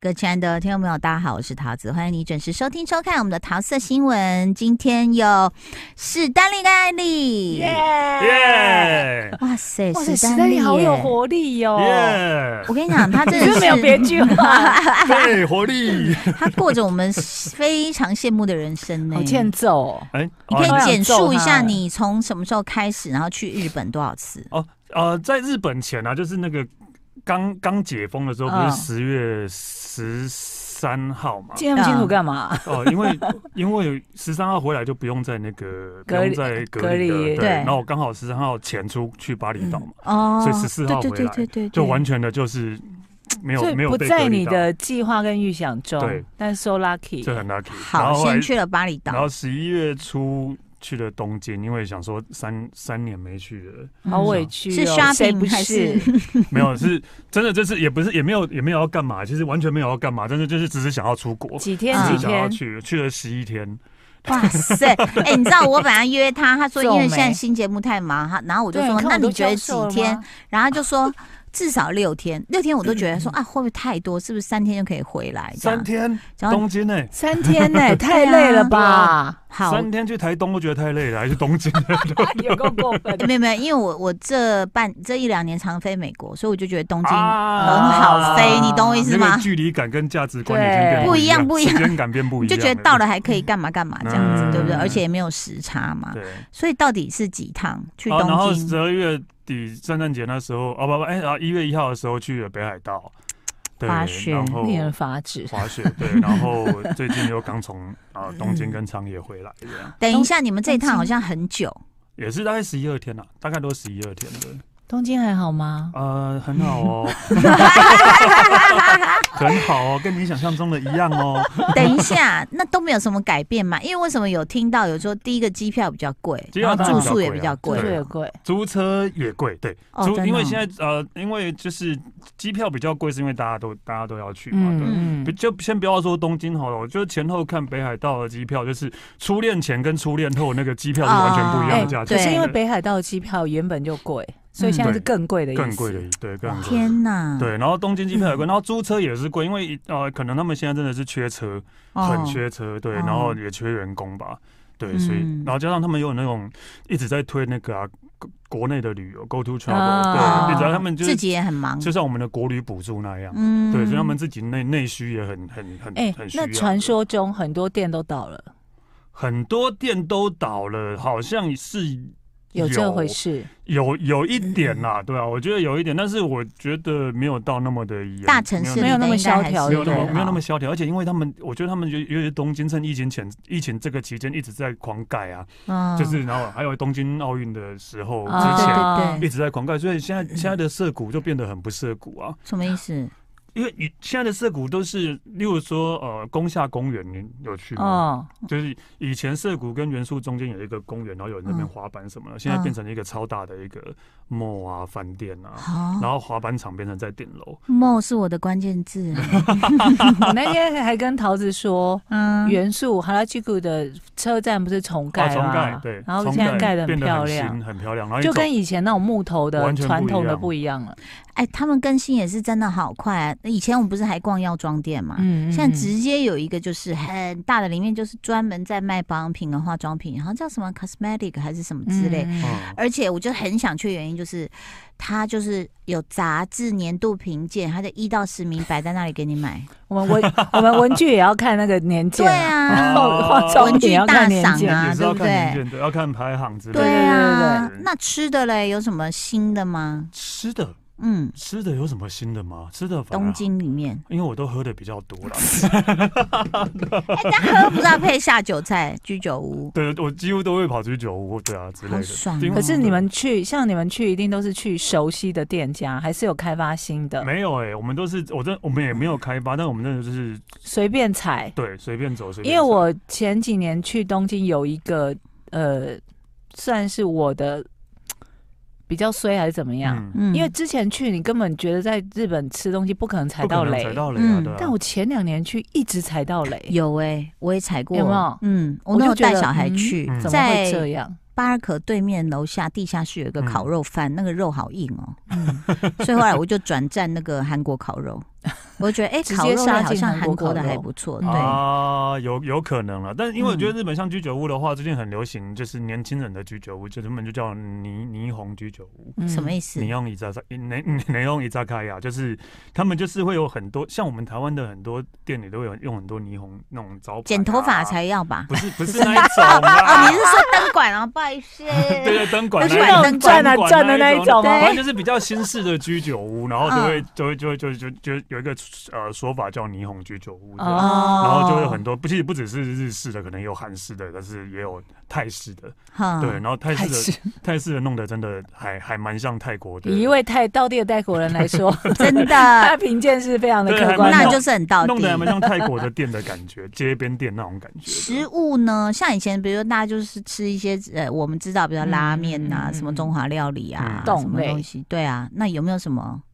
各位亲爱的听众朋友，大家好，我是桃子，欢迎你准时收听收看我们的桃色新闻。今天有史丹利跟艾丽耶哇塞，哇塞，史史丹丹利利好有耶活力哟、我跟你讲，他真 你的是是不是没有别句 话， 对，活力。他过着我们非常羡慕的人生呢、好欠揍、哦。哎，你可哦以简述一好想揍下他你从什么时候开始，然后去日本多少次？呃，在日本前啊，就是那个刚刚解封的时候，嗯不是十月十三号嘛？记那么清楚干嘛？哦，因为 因为十三号回来就不用在那个不隔离用在隔离隔了离对。对然后我刚好十三号前出去巴厘岛嘛，哦所以14号对回对来对对对，就完全的就是没所有以没有不被在隔离你到，的计划跟预想中对，但是 so lucky。这很 lucky。然好，后后来先去了巴厘然后岛，十一月初去了东京，因为想说三三年没去了。好委屈、是哦，谁 shopping 不还是是？ 没有，是真的，这次也不是，也没有，也没有要干嘛，其实完全没有要干嘛，真的就是只是想要出国，几天嗯只几是想要天？去，去了十一天，哇塞！ 哎、你知道我本来约他，他说因皱为眉现在新节目太忙，他然后我就对说看那我都你觉得消几瘦了天吗？？然后他就说至少六天，六天我都觉得说啊会不会太多？是不是三天就可以回来？这三样，天哎然后东京呢、三 天呢、啊太累了吧？哎好。三天去台东，我觉得太累了，还是东 京，有够过分哎没有没有，因为我我这半这一两年常飞美国，所以我就觉得东京啊很好飞，你懂我意思那吗个？距离感跟价值观已经变不一一样不一样时间感变不一就样，觉得到了。还可以干嘛干嘛这样子，嗯对不对？而且也没有时差嘛，对，所以到底是几趟啊去好，然后东十京？二月底圣诞节那时候，哦不不，哎，然后一月一号的时候去了北海道，对，滑雪然后令人发指。滑雪，对，然后最近又刚从 啊嗯东京跟长野回来，这样。等一下，你们这一趟东京好像很 久，也是大概十一二天啦、啊大概都十一二天的，东京还好吗？呃，很 好哦，很好哦，跟你想象中的一样哦。等一下，那都没有什么改变嘛？因为为什么有听到有说第一个机票比较贵，机然票后当然住宿也比比较较住贵贵啊宿也贵，租车也贵，对，哦真租、的哦因为现在呃，因为就是机票比较贵，是因为大家都大家都要去嘛，对。嗯不嗯，就先不要说东京好了，我就前后看北海道的机票，就是初恋前跟初恋后那个机票是完全不一样的价哦哎钱，可是对因为北海道的机票原本就贵，所以现在是更贵的意思。更贵的，对，更贵。天啊嗯哪！对，然后东京机票也贵，然后租车也是贵，因为呃，可能他们现在真的是缺车，哦，很缺车，对，然后也缺员工吧，对，所以嗯然后加上他们有那种一直在推那个啊，国国内的旅游 Go to Travel，、啊对，你知道他们就哦自是己也很忙，就像我们的国旅补助那样，嗯对，所以他们自己内内需也很很很、哎、嗯很需要那的。传说中很多店都倒了，很多店都倒了，好像是有这回事？有有一点啦，对啊，我觉得有一点，但是我觉得没有到那么的严大城市没没有有那么里面应该萧还是条没有那对么不没有那么萧条，而且因为他们，我觉得他们尤尤其是东京，趁疫情前疫情这个期间一直在狂盖啊，嗯就是然后还有东京奥运的时候啊嗯之前对对对，一直在狂盖，所以现在现在的社股就变得很不社股啊，什么意思？因为你现在的社股都是，例如说呃宫下公园，你有去吗？哦，就是以前社谷跟元素中间有一个公园，然后有人在那边嗯滑板什么的，现在嗯变成一个超大的一个 mall 啊、饭店啊，嗯然好后滑板场变成在顶楼， ，mo 是我的关键字，我那天还跟桃子 说，嗯，元素哈拉吉古的车站不是重啊盖重吗？盖对，然后重现在盖变很得漂很亮新，，很漂亮，然后就一走跟以前那种木头的完全不传统一的样不一样了。哎，他们更新也是真的好快啊！以前我们不是还逛药妆店嘛，嗯现在直接有一个就是很大的，里面就是专门在卖保养品跟化妆品，然后叫什么 cosmetic 还是什么之类。嗯嗯嗯嗯而且我就很想去，的原因就是它就是有杂志年度评鉴，它的一到十名摆在那里给你买。我们文 我们文具也要看那个年鉴对，嗯 啊，化化妆文品具哦也要大看年赏鉴。啊，也是对要不看年对？鉴对，要看排行之类的。对啊对对，对那吃的嘞有什么新的吗？吃的嗯，吃的有什么新的吗？吃的反而东，京里 面，因为我都喝的比较多啦。 哎，但喝不是要配下酒菜居酒屋，对，我几乎都会跑去酒屋，对啊之类好的。爽因哦。为可是你们去，像你们去，一定都是去熟悉的店家，还是有开发新的，没有哎、我们都是我真我们也没有开发，但我们真的就是随便踩。对随便走随便走。因为我前几年去东京有一个呃，算是我的嘖比较衰还是怎么样？嗯嗯因为之前去你根本觉得在日本吃东西不可能踩不可到能雷，踩到雷啊，嗯对啊。但我前两年去一直踩到雷，有哎、我也踩过，有没有嗯，我我那就有带觉得小孩嗯去，嗯怎么在会这样？巴尔可对面楼下地下室有一个嗯烤肉饭，那个肉好硬哦，所以后来我就转战那个韩国烤肉，我就觉得哎、直接烤肉杀类好进像韩韩国国的烤肉还不错，对，啊，有有可能了，但是因为我觉嗯得日本像居酒屋的话，最近很流行，就是年轻人的居酒屋，就他们就叫霓霓虹居酒屋，什么思？意思你？用伊扎萨，能能用伊扎卡呀，就是他们就是会有很多像我们台湾的很多店里都会有用很多霓虹那种招牌啊、剪头发才要吧？不是不是那一种啊，哦，你是说灯管啊？不好意思，对对，灯管灯那一管种灯管转啊管转的那一种对反正就是比较新式的居酒屋，然后就会就会就会就会就就就有一个呃说法叫霓虹居酒屋这样，哦然后就会有很多，不其实不只是日式的，可能也有韩式的，但是也有泰式的，哈对，然后泰 太式是的泰式的弄得真的还还蛮像泰国的，以一位泰道地的泰国人 来说，真他 的的，评鉴是非常的对客还观的。蛮那好就是很到弄底得。还蛮像泰国的店的感觉， 街边店那种感觉。食物呢，像以前，比如说大家就是吃一些呃，我们知道，比如说拉面呐、嗯嗯嗯什么中华料理啊，嗯什么东西，对啊。那有没有什么？哎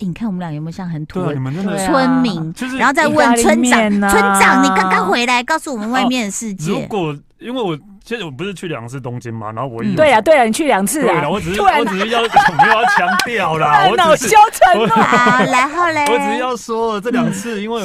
诶你看我们俩有没有像很土对啊，的你们真的对啊是村民？就是然后再问村意长大利，面啊村长，你刚刚回来，告诉我们外面的世如界。果因为我其实我不是去两次东京嘛，然后我嗯一对呀，啊对呀，你去两次对了，啊，我只 是突然我只是要我没有要强 调啦，恼我只羞是成 怒，好，然后嘞，我只欸是要说这两次，因为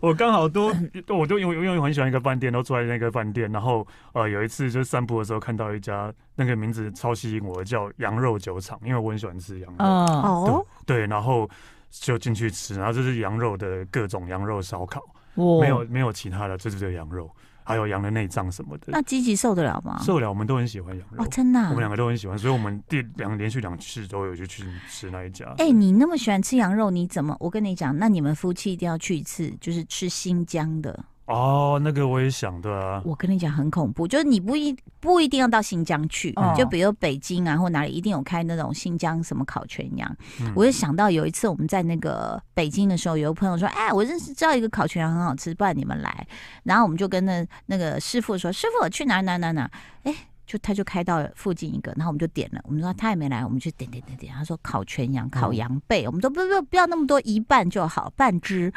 我刚好都我就因为因为我很喜欢一个饭店，都住在那个饭店，然后呃有一次就散步的时候看到一家那个名字超吸引我，叫羊肉酒厂，因为我很喜欢吃羊肉，嗯，哦，对，然后就进去吃，然后这是羊肉的各种羊肉烧烤，我哦没有没有其他的，就是这个羊肉，还有羊的内脏什么的那。积极受得了吗？受不了，我们都很喜欢羊肉哦，，真的啊我们。两个都很喜欢，所以我们第两连续两次都有就去吃那一家。哎，你那么喜欢吃羊肉，你怎么？我跟你讲，那你们夫妻一定要去一次，就是吃新疆的。哦，那个我也想的啊，我跟你讲，很恐怖，就是你不一不一定要到新疆去，哦嗯就比如北京啊或哪里，一定有开那种新疆什么烤全羊。嗯我就想到有一次我们在那个北京的时候，有个朋友说：“哎，我认识知道一个烤全羊很好吃，不然你们来。”然后我们就跟那那个师傅说：“师傅，我去哪儿哪儿哪儿哪儿？”哎，就他就开到附近一个，然后我们就点了。我们说他也没来，我们就点点点点。他说烤全羊、烤羊背，我们说不不不要那么多，一半就好，半只。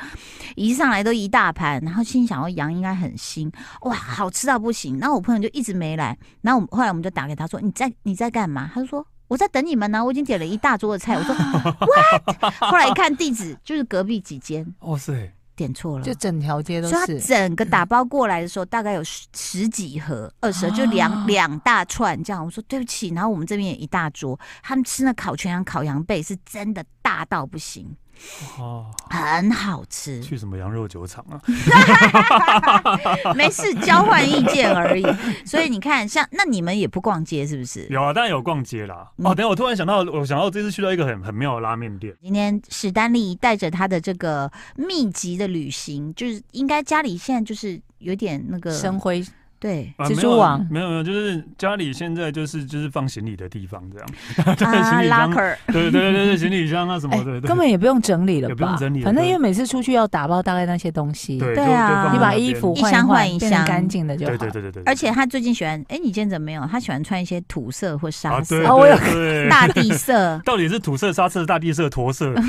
一上来都一大盘，然后心想哦，羊应该很腥，哇，好吃到不行。然后我朋友就一直没来，然后我们后来我们就打给他说：“你在你在干嘛？”他就说。我在等你们呢、我已经点了一大桌的菜。我说 what？后 来一看地址，就是隔壁几间，哇塞，点错了。就整条街都所以它是。嗯整个打包过来的时候，大概有十十几盒、二十盒，就两啊两大串这样。我说对不起，然后我们这边也一大桌，他们吃那烤全羊、烤羊背是真的大到不行，哦，很好吃。 去什么羊肉酒厂啊？没事，交换意见而已。所以你看，像那你们也不逛街是不是？有啊，当然有逛街啦。嗯哦，等一下我突然想到，我想到这次去到一个很很妙的拉面店。今天史丹利带着他的这个密集的旅行，就是应该家里现在就是有点那个生辉对啊蜘没蛛有啊网没有没有，就是家里现在就是就是放行李的地方这样， 啊行李拉箱克儿，对对对对，行李箱啊什么 的，对哎根本也不用整理了也不用吧整理？了反正对因为每次出去要打包大概那些东西，对对，就就啊放你在把那衣边服一换箱换换，一变成箱干净的就好。对对对对对，而且他最近喜欢，哎，你今天怎么没有？他喜欢穿一些土色或啊沙对色、哦我有对 对大地色 。到底是土色、沙色、大地色、驼色， 到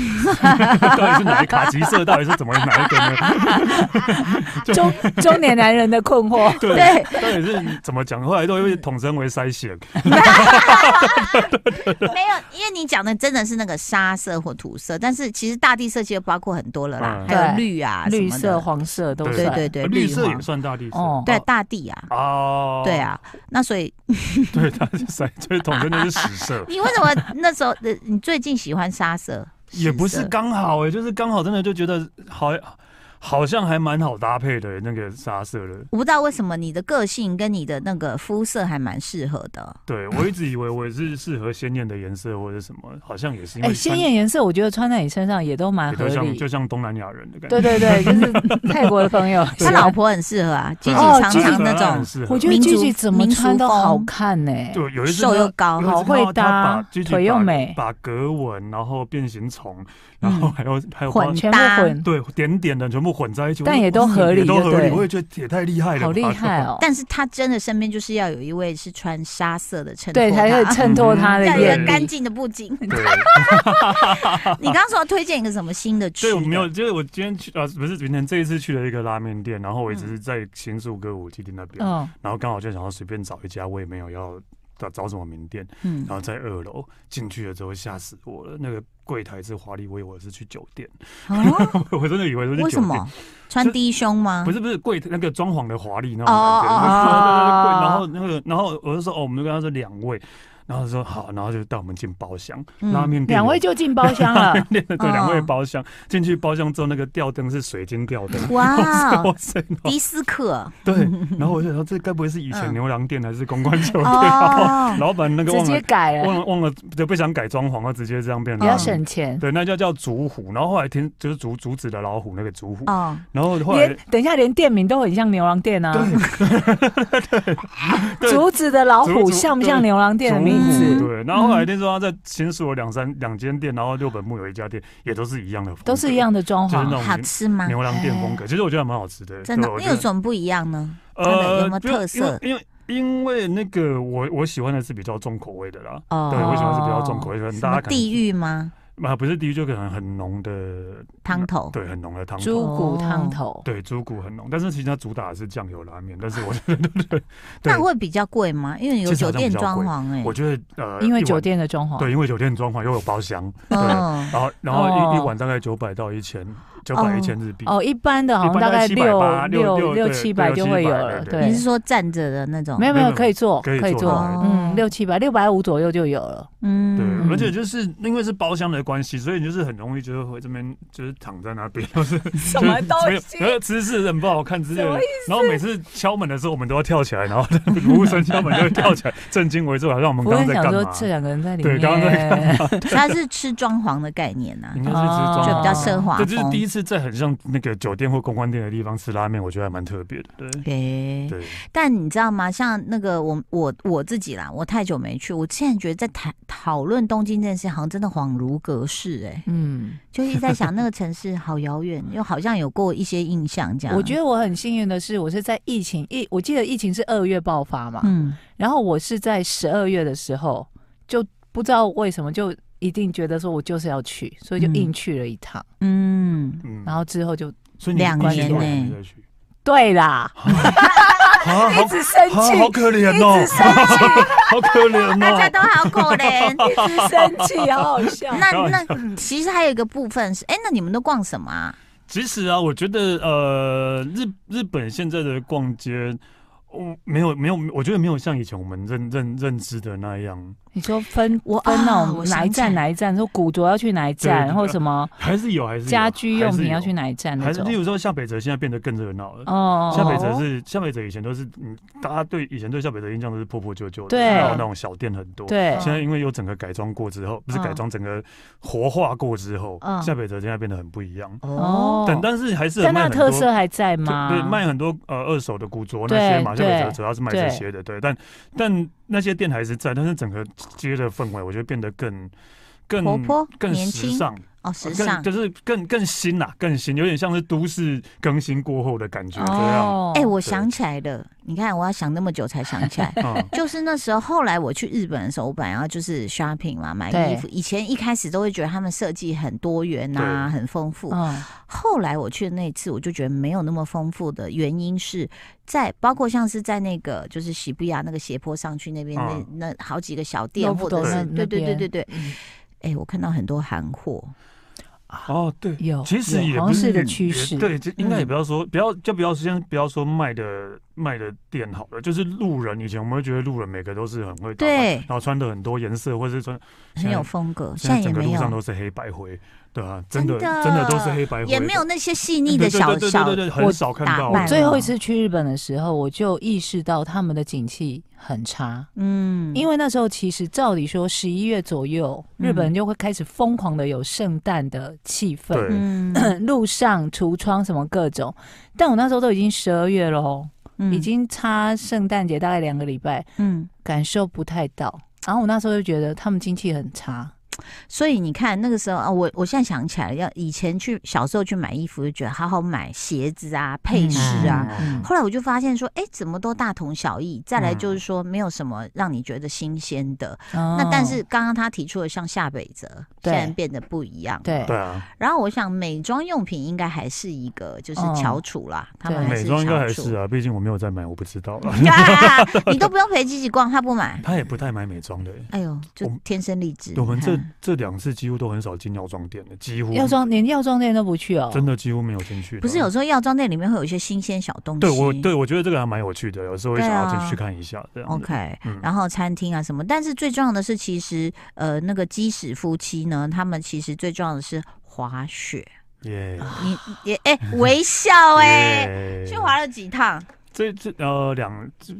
底是哪一卡其色？到底是怎么哪一个呢？中中年男人的困惑， 对，对，到底是怎么讲？后来都会统称为筛选。没有，因为你讲的真的是那个沙色或土色，但是其实大地色其实包括很多了啦，嗯还有对绿啊，绿色、黄，黄色都对对算。对对，绿色黄也算大地色。哦，对大地啊，哦，对，啊，那所以，对，它是筛，就是统称就是屎色你为什 么那时候呃你最近喜欢沙色？也不食是色刚好哎、就是刚好真的就觉得好，好像还蛮好搭配的、那个沙色的。我不知道为什么你的个性跟你的那个肤色还蛮适合的。对我一直以为我是适合鲜艳的颜色或者什么，好像也是因哎，为鲜穿艳颜色我觉得穿在你身上也都蛮也合都像理就。像东南亚人的感觉。对对 对，就是泰国的朋友 ，他老婆很适合啊，吉吉哦常吉吉常那种我觉得得民族 Gigi 怎么民族穿都好风看呢、就有一次瘦他又高有一次好哦会看到他搭把 Gigi 腿又把美把格纹，然后变形虫， 然后嗯还有还有混包全部搭混，对点点的全部混在一起，但我也都合也理，都就合理，对我也觉得也太厉害了吧， 好厉害哦！但是他真的身边就是要有一位是穿沙色的衬托对，才可以他，衬托他的要有一眼个力干净的布景。 对， 你刚刚说要推荐一个什么新的吃所以的？我没有，就是我今天去呃，不是今天这一次去了一个拉面店，然后我也只是在新宿歌舞伎町那边，嗯，然后刚好就想要随便找一家，我也没有要找找什么名店，嗯然，后在二楼进去了之后吓死我了，那个柜台是华丽，我以为是去酒店， 哦，我真的以为是去为酒什店么，穿低胸吗啊不？是不是柜那个装潢的华丽那种哦感哦 觉，对对对对柜然后那个然后我就说哦，我们就跟他说两位，然后他说好，然后就带我们进包厢，嗯拉面店两位就进包厢 了，对哦两位包厢进去包厢之后，那个吊灯是水晶吊灯。 哇嗯哇哦，塞！然后迪斯 科对，然后我就想说，这该不会是以前嗯牛郎店还是公关酒店？哦， 老板那个直忘接了改哦忘了，了忘了，就不想改装潢，他直接这样变比成。较省钱。对，那叫叫竹虎，然后后来听就是竹竹子的老虎那个竹虎，哦，然后后来连等一下，连店名都很像牛郎店啊！对 竹子的老竹虎竹像不像牛郎店的名竹字？对，然后后嗯来听说他在新宿有两三两间店，然后六本木有一家店，也都是一样的风格，都是一样的装就是那潢种，好吃吗？哎牛郎店风格。其实我觉得还蛮好吃的，真的对，我那觉有得什么不一样呢？呃有没有特色因为因为因为那个我我喜欢的是比较重口味的啦，哦，对我喜欢是比较重口味的，什大家么可能地狱吗？啊不是地狱就可能很浓的汤头对，很浓的汤头。猪骨汤头。对，猪骨很浓，但是其实它主打的是酱油拉面，但是我觉得 对那会比较贵吗？因为有其实酒好像店比较装贵潢哎我，觉得呃，因为一酒碗店的装潢，对，因为酒店装潢又有包厢，对，嗯，然后然后一、一哦晚大概九百到一千，九百一千日币。哦，一般的好像大概一般大概780六六六对七百对就会有700了，对对你是，说站着的那种？没有没没有有可以坐，可以可以坐坐，哦嗯，六七百六百五左右就有 了，嗯，对，嗯而且就是因为是包厢的关系，所以你就是很容易就是会这边就是躺在那边， 就是什就是没有，然后姿势很不好看之类什么的。然后每次敲门的时候，我们都要跳起来，然后 服务生敲门就会跳起来，震惊为坐，好像我们 我刚刚在在想干说嘛？这两个人在里面，对刚刚在所以它是吃装潢的概念呐、应啊，该是只是哦装就比较潢奢华对，风。这是第一次在很像那个酒店或公关店的地方吃拉面，我觉得还蛮特别的。对，诶对，但你知道吗？像那个我我我自己啦，我太久没去，我现在觉得在谈讨论东京这件事，好像真的恍如隔世哎、嗯，就一直在想那个城市好遥远，又好像有过一些印象这样。我觉得我很幸运的是，我是在疫情疫，我记得疫情是二月爆发嘛，嗯，然后我是在十二月的时候，就不知道为什么就一定觉得说我就是要去，所以就嗯硬去了一趟， 嗯，嗯然后之后就所以你两你是年晚呢上再去对啦，啊，好一直生啊气好，可怜哦， 好可怜大家哦。都好可 怜。一直生气，好好笑。那那其实还有一个部分是，哎、那你们都逛什么啊？其实啊，我觉得呃，日日本现在的逛街，我没有没有，我觉得没有像以前我们认认认知的那样， 你说分我分那啊种我哪一想起来站哪一站，说古着要去哪一站，对或者什么还是有还是有家居用品要去哪？哪一站那还是种例。如说下北泽现在变得更热闹了。哦下北泽是下北泽，以前都是嗯，大家对以前对下北泽印象都是破破旧旧的，对然后那种小店很多。对现在因为有整个改装过之后，不是嗯改装整个活化过之后嗯，下北泽现在变得很不一样。哦，但但是还是有但卖那很特多色还在吗？对，卖很多呃二手的古着那些嘛，下对北对泽主要是卖这些的，对。但但那些店还是在，但是整个街的氛围，我觉得变得更更活泼更年时轻尚，哦，时更尚。就是更更新啦，更新，有点像是都市更新过后的感觉这样。哦哎、我想起来了，你看我要想那么久才想起来，嗯，就是那时候，后来我去日本的时候，我本来要就是 shopping 嘛，买对衣服。以前一开始都会觉得他们设计很多元啊，很丰富。哦嗯后来我去的那一次，我就觉得没有那么丰富的原因是在包括像是在那个就是喜布亚那个斜坡上去那边、嗯那那好几个小都店，不或者懂是那对对那对对边对。哎、我看到很多韩货，哦，对，有其实有也好不像是一个也趋势，嗯对，就应该也不要说，不要就不要先不要说卖的卖的店好了，就是路人，以前我们会觉得路人每个都是很会打扮，对然后穿的很多颜色，或是穿很有风格，现在现在也整个没路上有，都是黑白灰，对啊，真的真的真的都是黑白灰，也没有那些细腻嗯的对对小对对小对对对很少看打到。扮最后一次去日本的时候，我就意识到他们的景气很差，嗯，因为为那时候其实照理说十一月左右，嗯日本人就会开始疯狂的有圣诞的气氛，对嗯 路上橱窗什么各种。但我那时候都已经十二月喽，嗯已经差圣诞节大概两个礼拜，嗯感受不太到。然后我那时候就觉得他们经济很差，所以你看那个时候啊，我我现在想起来了，要以前去小时候去买衣服，就觉得好好买鞋子啊、配饰啊。嗯后来我就发现说，哎，怎么都大同小异。再来就是说，没有什么让你觉得新鲜的。那嗯那但是刚刚他提出了像夏北泽，现哦对在变得不一样。对对啊，然后我想，美妆用品应该还是一个就是嗯翘楚啦，他们对还美是妆应该翘还是楚。啊，毕竟我没有在买，我不知道啊。啊你都不用陪吉吉逛，他不买。 他也不太买美妆的欸，哎呦，就我们天生丽质。我们这嗯你看这两次几乎都很少进药妆店的，几乎药妆连药妆店都不去哦，真的几乎没有进去的。啊不是有时候药妆店里面会有一些新鲜小东西。嗯对我对我觉得这个还蛮有趣的，有时候会对想啊要进去看一下这样子。 OK，、嗯然后餐厅啊什么，但是最重要的是，其实呃，那个基石夫妻呢，他们其实最重要的是滑雪。耶，你也哎、微 笑哎、耶去滑了几趟？这这呃两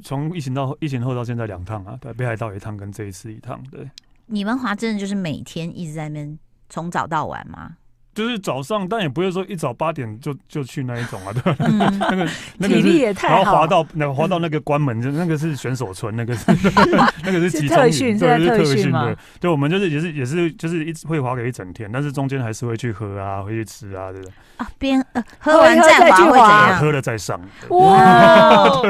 从疫情到疫情后到现在两趟啊，对，北海道一趟跟这一次一趟，对，你们滑真的就是每天一直在那边从早到晚吗？就是早上，但也不会说一早八点就就去那一种啊， 对， 嗯，那个那个体力是。也太好，然后滑到那个滑到那个关门，就那个是选手村，那个是 那个是集中特营训对，是是在特特训训吗的。对，我们就是也是也是就是一直会滑给一整天，但是中间还是会去喝啊，会去吃啊，对不对？啊，边呃喝喝完一喝再再滑去会怎 滑样？喝了再上。 哇，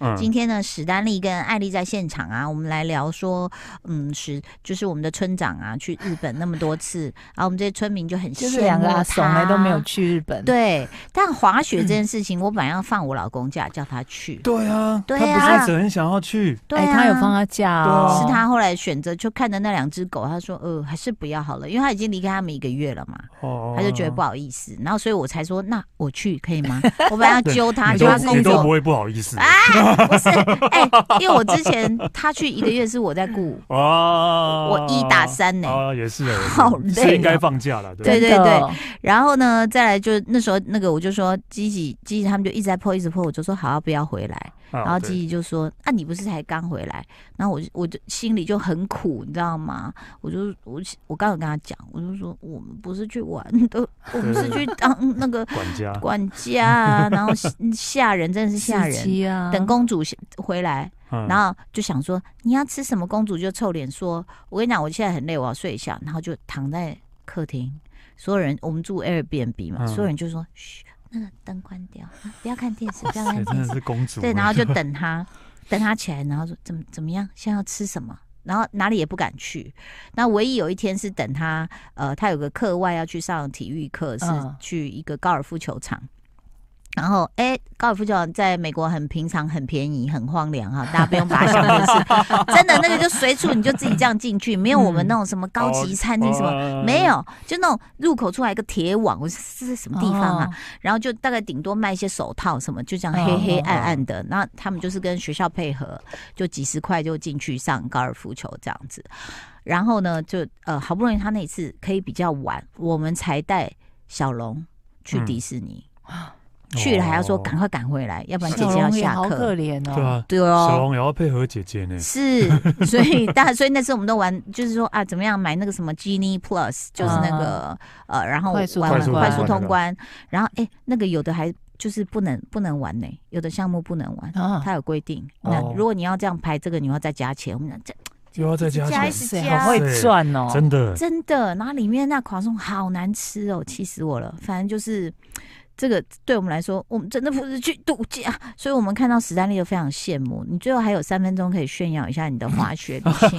嗯，今天呢，史丹利跟艾丽在现场啊，我们来聊说，嗯，史就是我们的村长啊，去日本那么多次，然后我们这些村民就很就是羡两个慕阿怂哎他都没有去日本，，对，但滑雪这件事情，我本来要放我老公假，叫他去。对啊，对他不啊是一直很想要去，对、哎，啊他有放他假哦，对啊是他后来选择就看着那两只狗，他说：“呃，还是不要好了，因为他已经离开他们一个月了嘛，哦，他就觉得不好意思。然后所以我才说，那我去可以 吗？我本来要揪他，你揪都他你工都不作。会不好意思啊，不是，哎、因为我之前他去一个月是我在 顾，啊我一打三呢、啊，也是啊，也是好累是应该哦放假了，对对对真的哦对，然后呢，再来就那时候那个我就说，吉吉吉吉他们就一直在破，一直破，我就说好、啊，不要回来。啊然后对吉吉就说：“啊，你不是才刚回来？”然后我就我就心里就很苦，你知道吗？我就我我刚有跟他讲，我就说我们不是去玩的，我们是去当那个管家管家啊，然后吓吓人，真的是吓司人。机啊，等公主回来，嗯然后就想说你要吃什么，公主就臭脸说：“我跟你讲，我现在很累，我要睡一下。”然后就躺在客厅，所有人我们住 Airbnb 嘛，嗯所有人就说：“嘘，那个灯关掉，啊不要看电视，不要看电哎真视的。”是公主欸，对，然后就等他，等他起来，然后说怎么怎么样，现在要吃什么，然后哪里也不敢去。那唯一有一天是等他，呃，他有个课外要去上体育课，是嗯去一个高尔夫球场。然后，哎，高尔夫球场在美国很平常、很便宜、很荒凉哈，大家不用把它想成是真的那个，就随处你就自己这样进去，没有我们那种什么高级餐厅什么，么没有，就那种入口出来一个铁网，我说这是什么地方哦啊？然后就大概顶多卖一些手套什么，就这样黑黑暗暗哦的。那他们就是跟学校配合，就几十块就进去上高尔夫球这样子。然后呢，就呃好不容易他那一次可以比较晚，我们才带小龙去嗯迪士尼。去了还要说哦赶快赶回来，要不哦，然姐小姐要龙也下好可课。怜哦，对啊，对小哦，龙也要配合姐姐呢，是，所以大所以那次我们都玩，就是说啊，怎么样买那个什么 Genie Plus，就是那个、呃，然后啊快速玩通关快速通关，然后哎、那个有的还就是不能不能玩呢、有的项目不能玩，啊，它有规定。那、哦如果你要这样排这个，你要再加钱。我们讲这又要再加加一钱哇次塞加好会赚哦，真的真的，然后里面那烤松好难吃哦，气死我了。反正就是这个对我们来说，我们真的不是去度假，所以我们看到史丹利就非常羡慕。你最后还有三分钟可以炫耀一下你的滑雪旅 行。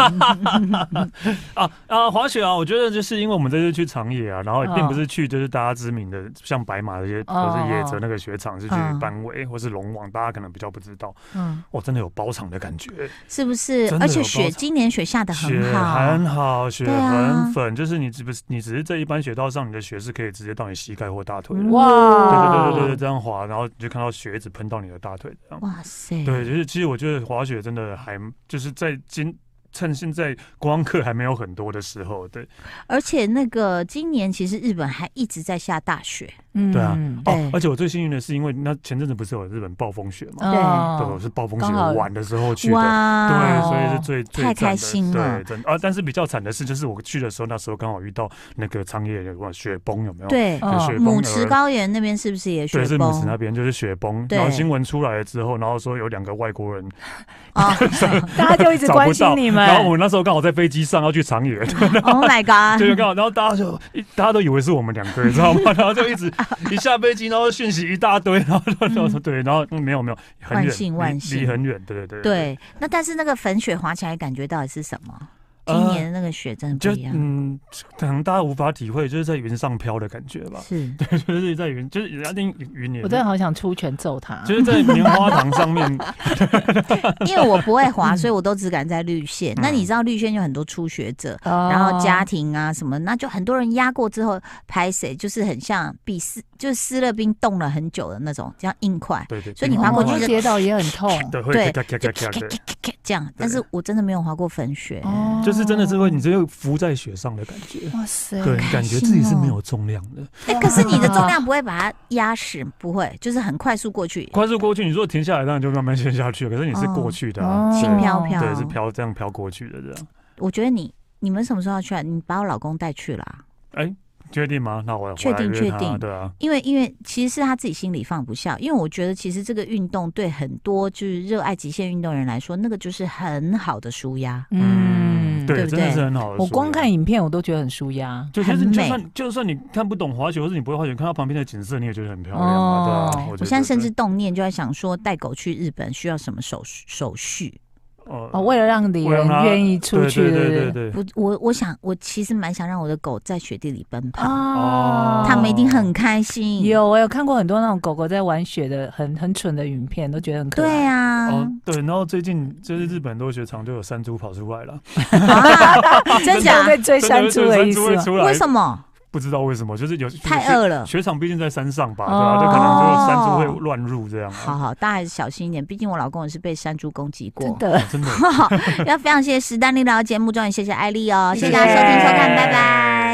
啊啊！滑雪啊，我觉得就是因为我们这次去长野啊，然后也并嗯不是去就是大家知名的像白马这些，哦或是野泽那个雪场，是去嗯班尾或是龙王，大家可能比较不知道。嗯，哇，真的有包场的感觉，是不是真？的而且有雪包今年雪下的雪嗯很好，很好，雪对啊很粉，就是你只不你只是在一般雪道上，你的雪是可以直接到你膝盖或大腿的。嗯对哇，对对对对，这样滑，然后你就看到雪一直喷到你的大腿这样。哇塞！对，就是其实我觉得滑雪真的还就是在今趁现在观光客还没有很多的时候，对，而且那个今年其实日本还一直在下大雪，嗯对啊对哦，而且我最幸运的是，因为那前阵子不是有日本暴风雪嘛，对，我哦是暴风雪刚好晚的时候去的，嗯对，哇，哦所以是最最太赞的开心了对，真的啊，但是比较惨的是，就是我去的时候，那时候刚好遇到那个苍叶有哇雪崩，有没有？对哦就雪崩母有池人高原那边是不是也雪对，是母崩池？那边就是雪崩，对然后新闻出来了之后，然后说有两个外国人哦 大家就一直找关不心到，你哎们，然后我那时候刚好在飞机上要去长 野， ，Oh my 就是 god！刚好，然后大家就大家都以为是我们两个，你知 道吗？然后就一直一下飞机，然后讯息一大堆，然后然后说对，然后嗯没有没有，很万远，幸离万幸离很远，对对对对，对，那但是那个粉雪滑起来感觉到底是什么？今呃年的那个雪真的就不一样，嗯，可能大家无法体会，就是在云上飘的感觉 吧，是就是在云，就是人家那云也我真的好想出拳揍他。就是在棉花糖上面， 因为我不会滑，嗯所以我都只敢在绿线。那你知道绿线有很多初学者，然然后家庭啊什么，那就很多人压过之后拍谁，就是很像比斯，就是斯乐冰冻了很久的那种，这样硬块，对对，所以你滑过去哦就跌倒也很痛，对，会对，咔咔咔咔咔就的，这样。但是我真的没有滑过粉雪，哦就是真的是会，你只有浮在雪上的感觉，哇塞，对，开感觉心自己是哦没有重量的。哎，可是你的重 量不会把它压实，不会，就是很快速过去，快速过去，你如果停下来，当然就慢慢陷下去了。可是你是过去的哦啊，对轻飘飘。对，是飘这样飘过去的这样。我觉得你你们什么时候要去啊？你把我老公带去啊啦。哎，确定吗？那我确定我来约他确定对啊，因为因为其实是他自己心里放不下，因为我觉得其实这个运动对很多就是热爱极限运动人来说，那个就是很好的舒压。嗯，对对，不真的对是很好的。我光看。影片我都觉得很舒压，就就是你就很美算就算你看不懂滑雪，或者你不会滑雪，看到旁边的景色，你也觉得很漂亮啊，对哦啊。觉我得现在甚至动念就在想说，带狗去日本需要什么手续手续？哦，哦为了让你人愿意出去，对对对对对，不，我我想我其实蛮想让我的狗在雪地里奔跑，啊，哦它们一定很开心。有，我有看过很多那种狗狗在玩雪的很很蠢的影片，都觉得很可爱。对啊，哦 对。然后最近就是日本很多雪场就有山猪跑出来了，啊真这假？样在追真山的猪就是的山意猪思会吗？出来，啊为什么？不知道为什么，就是有太饿了。哦雪场毕竟在山上吧，对啊，就可能就是山猪会乱入这样啊。好好，大家还是小心一点，毕竟我老公也是被山猪攻击过真。 的，真的。要非常谢谢史丹利来到节目中，也谢谢艾丽哦，谢谢谢大家收听收看，谢拜拜。